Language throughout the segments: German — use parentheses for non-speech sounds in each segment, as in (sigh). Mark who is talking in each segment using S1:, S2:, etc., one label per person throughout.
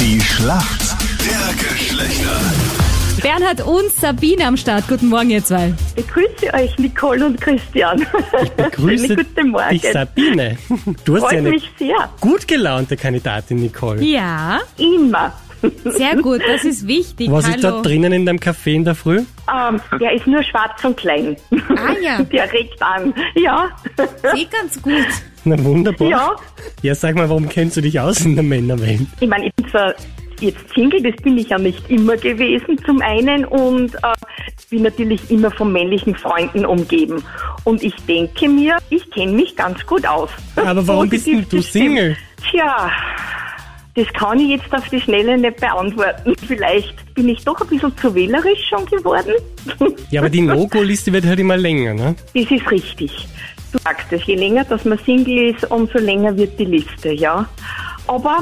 S1: Die Schlacht der Geschlechter.
S2: Bernhard und Sabine am Start. Guten Morgen, ihr zwei.
S3: Ich grüße euch, Nicole und Christian. Ich
S4: Grüße
S3: Guten Morgen.
S4: dich, Sabine. Du hast
S3: (laughs)
S4: ja
S3: Freut
S4: eine
S3: mich sehr.
S4: gut gelaunte Kandidatin, Nicole.
S2: Ja,
S3: Immer.
S2: sehr gut, das ist wichtig.
S4: Was
S2: Hallo.
S4: ist dort drinnen in deinem Café in der Früh?
S3: Ähm, der ist nur schwarz und klein.
S2: Ah ja,
S3: (laughs) Der regt an. Ja,
S2: eh ganz gut.
S4: Na wunderbar.
S3: ja.
S4: Ja, sag mal, warum kennst du dich aus in der Männerwelt?
S3: Ich meine, ich bin zwar jetzt Single, das bin ich ja nicht immer gewesen zum einen und äh, bin natürlich immer von männlichen Freunden umgeben. Und ich denke mir, ich kenne mich ganz gut aus.
S4: Aber warum bist
S3: Positiv
S4: denn du
S3: gestimmt.
S4: Single?
S3: Tja, das kann ich jetzt auf die Schnelle nicht beantworten. (laughs) Vielleicht bin ich doch ein bisschen zu wählerisch schon geworden. (laughs)
S4: Ja, aber die No-Go-Liste wird halt immer länger, ne?
S3: Das ist richtig. Du sagst es, je länger, dass man Single ist, umso länger wird die Liste, ja. Aber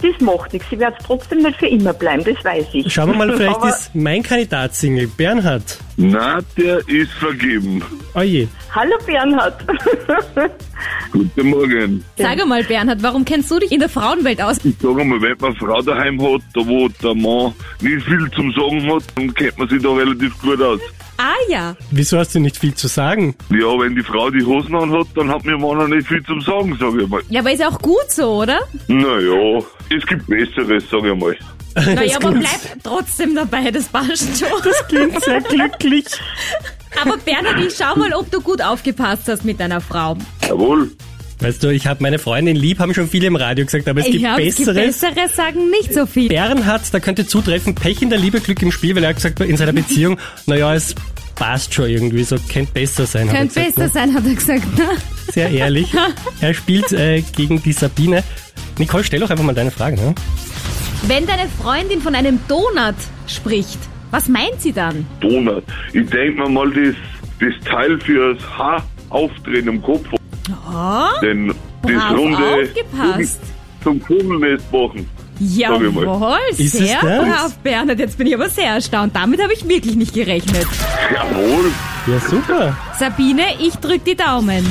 S3: das macht nichts. Ich werde trotzdem nicht für immer bleiben, das weiß ich.
S4: Schauen wir
S3: (laughs)
S4: mal, vielleicht
S3: Aber
S4: ist mein Kandidat Single, Bernhard.
S1: Na, der ist vergeben.
S4: Oje,
S3: Hallo Bernhard. (laughs)
S1: Guten Morgen.
S2: Sag einmal, Bernhard, warum kennst du dich in der Frauenwelt aus?
S1: Ich sage einmal, wenn man eine Frau daheim hat, da wo der Mann nicht viel zum Sagen hat, dann kennt man sich da relativ gut aus.
S2: Ah ja,
S4: wieso hast du nicht viel zu sagen?
S1: Ja, wenn die Frau die Hosen anhat, dann hat mir Mann noch nicht viel zum Sagen, sage ich mal.
S2: ja, aber ist auch gut so,
S4: (laughs)
S2: oder?
S1: Naja, es gibt Besseres, sage ich mal.
S2: Naja, aber bleib trotzdem dabei, das passt schon. Das
S4: Klingt sehr glücklich.
S2: aber Bernhard, ich schau mal, ob du gut aufgepasst hast mit deiner Frau.
S1: Jawohl.
S4: Weißt du, ich habe meine Freundin lieb, haben schon viele im Radio gesagt, aber es gibt
S2: ja, es gibt
S4: Besseres.
S2: bessere sagen nicht so viel.
S4: Bernhard, da könnte zutreffen, Pech in der Liebe, Glück im Spiel, weil er hat gesagt, in seiner Beziehung, naja, es passt schon irgendwie, so könnte besser sein. hat er
S2: Könnte
S4: gesagt,
S2: besser sein, hat er gesagt. (laughs)
S4: Ne? Sehr ehrlich. er spielt äh, gegen die Sabine. Nicole, stell doch einfach mal deine Frage. Ne?
S2: Wenn deine Freundin von einem Donut spricht, was meint sie dann?
S1: Donut. Ich denk mir mal, das, das Teil fürs Haar aufdrehen im Kopf.
S2: Oh,
S1: Denn das
S2: brav
S1: runde
S2: aufgepasst.
S1: zum Kugelnest machen. Sag ich mal.
S2: Jawohl,
S4: Ist
S2: sehr
S4: es das?
S2: brav, Bernhard. Jetzt bin ich aber sehr erstaunt. Damit habe ich wirklich nicht gerechnet.
S1: Jawohl.
S4: Ja, super.
S2: Sabine, ich drück die Daumen.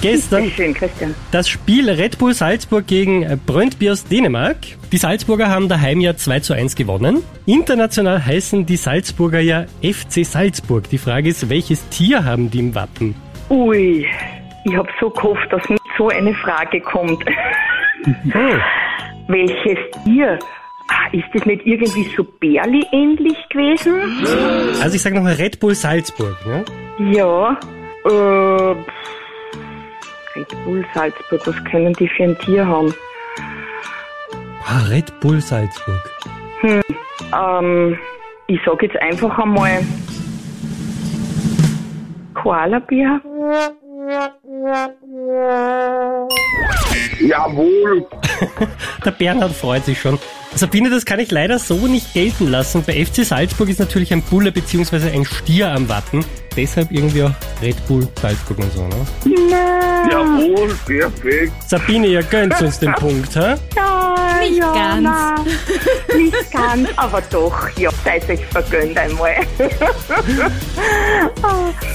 S4: Gestern
S3: Schön, Christian.
S4: das Spiel Red Bull Salzburg gegen äh, Brøndby aus Dänemark. Die Salzburger haben daheim ja 2 zu 1 gewonnen. International heißen die Salzburger ja FC Salzburg. Die Frage ist, welches Tier haben die im Wappen?
S3: Ui, ich habe so gehofft, dass nicht so eine Frage kommt.
S4: Oh.
S3: Welches Tier? Ah, Ist das nicht irgendwie so Bärli ähnlich gewesen?
S4: Also ich sage nochmal Red Bull Salzburg. Ne?
S3: Ja. Äh, pff, Red Bull Salzburg, was können die für ein Tier haben?
S4: Ah, Red Bull Salzburg.
S3: Ähm, ich sag jetzt einfach einmal Koala-Bär.
S1: Jawohl.
S4: Der Bernhard freut sich schon. Sabine, das kann ich leider so nicht gelten lassen. Bei FC Salzburg ist natürlich ein Bulle bzw. ein Stier am Wappen. Deshalb irgendwie auch Red Bull Salzburg und so. Ne?
S1: Jawohl. Perfekt.
S4: Sabine, ihr gönnt uns den Punkt, hä?
S3: Ja,
S2: Nicht
S3: ja,
S2: ganz.
S3: Nein, nicht ganz, aber doch, ja, seid euch vergönnt einmal.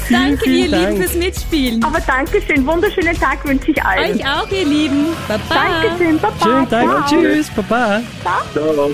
S2: Danke,
S4: vielen
S2: ihr Lieben,
S4: Dank.
S2: fürs Mitspielen.
S3: Aber Dankeschön, wunderschönen Tag wünsche ich allen.
S2: Euch auch, ihr Lieben. Baba.
S3: Dankeschön, Baba.
S4: Schönen Dank.
S3: Ciao.
S4: Tschüss, Baba.
S1: Ciao.